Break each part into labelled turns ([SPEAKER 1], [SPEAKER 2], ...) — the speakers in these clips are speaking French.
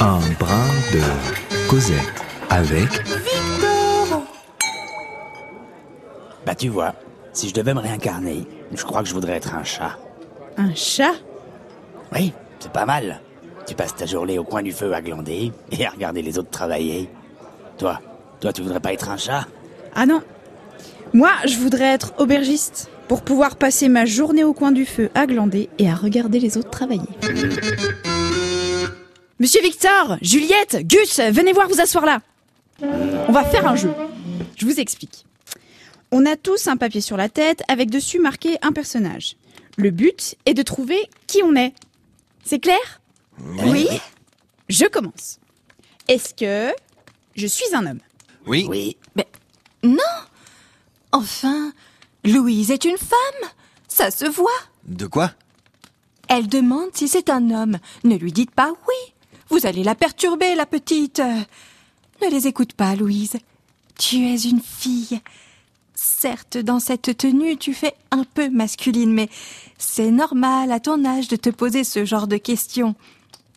[SPEAKER 1] Un brin de Cosette avec
[SPEAKER 2] Bah tu vois, si je devais me réincarner, je crois que je voudrais être un chat.
[SPEAKER 3] Un chat
[SPEAKER 2] Oui, c'est pas mal. Tu passes ta journée au coin du feu à glander et à regarder les autres travailler. Toi, toi tu voudrais pas être un chat
[SPEAKER 3] Ah non. Moi, je voudrais être aubergiste pour pouvoir passer ma journée au coin du feu à glander et à regarder les autres travailler. Monsieur Victor, Juliette, Gus, venez voir vous asseoir là. On va faire un jeu. Je vous explique. On a tous un papier sur la tête avec dessus marqué un personnage. Le but est de trouver qui on est. C'est clair Oui. Je commence. Est-ce que je suis un homme
[SPEAKER 4] Oui.
[SPEAKER 2] Oui,
[SPEAKER 5] Enfin, Louise est une femme. Ça se voit.
[SPEAKER 4] De quoi
[SPEAKER 5] Elle demande si c'est un homme. Ne lui dites pas oui. Vous allez la perturber, la petite. Euh, Ne les écoute pas, Louise. Tu es une fille. Certes, dans cette tenue, tu fais un peu masculine, mais c'est normal à ton âge de te poser ce genre de questions.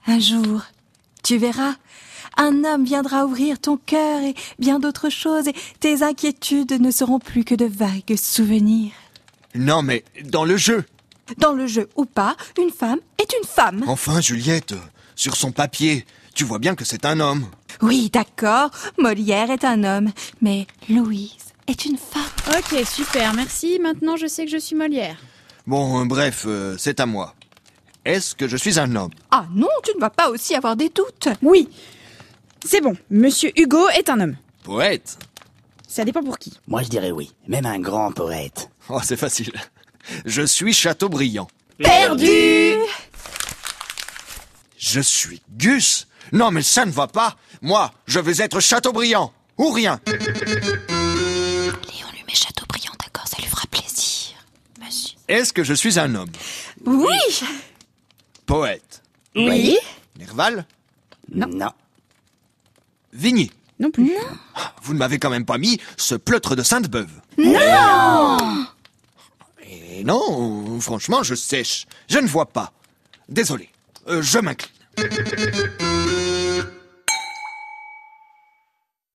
[SPEAKER 5] Un jour, tu verras, un homme viendra ouvrir ton cœur et bien d'autres choses, et tes inquiétudes ne seront plus que de vagues souvenirs.
[SPEAKER 4] Non, mais dans le jeu.
[SPEAKER 5] Dans le jeu ou pas, une femme est une femme.
[SPEAKER 4] Enfin, Juliette, euh, sur son papier, tu vois bien que c'est un homme.
[SPEAKER 5] Oui, d'accord, Molière est un homme, mais Louise est une femme.
[SPEAKER 3] Ok, super, merci. Maintenant, je sais que je suis Molière.
[SPEAKER 4] Bon, euh, bref, euh, c'est à moi. Est-ce que je suis un homme
[SPEAKER 5] Ah non, tu ne vas pas aussi avoir des doutes.
[SPEAKER 3] Oui. C'est bon, Monsieur Hugo est un homme.
[SPEAKER 4] Poète
[SPEAKER 3] Ça dépend pour qui.
[SPEAKER 2] moi je dirais oui. Même un grand poète.
[SPEAKER 4] Oh, c'est facile. Je suis Chateaubriand.
[SPEAKER 3] Perdu
[SPEAKER 4] Je suis Gus Non, mais ça ne va pas. Moi, je vais être Chateaubriand. Ou rien.
[SPEAKER 5] Et on lui met Chateaubriand, d'accord, ça lui fera plaisir. Monsieur.
[SPEAKER 4] Est-ce que je suis un homme
[SPEAKER 5] Oui
[SPEAKER 4] Poète.
[SPEAKER 2] Oui
[SPEAKER 4] Nerval
[SPEAKER 2] Non.
[SPEAKER 4] Vigny.
[SPEAKER 3] Non plus.
[SPEAKER 4] Vous ne m'avez quand même pas mis ce pleutre de Sainte-Beuve. Non Et non, franchement, je sèche. Je ne vois pas. Désolé. Euh, je m'incline.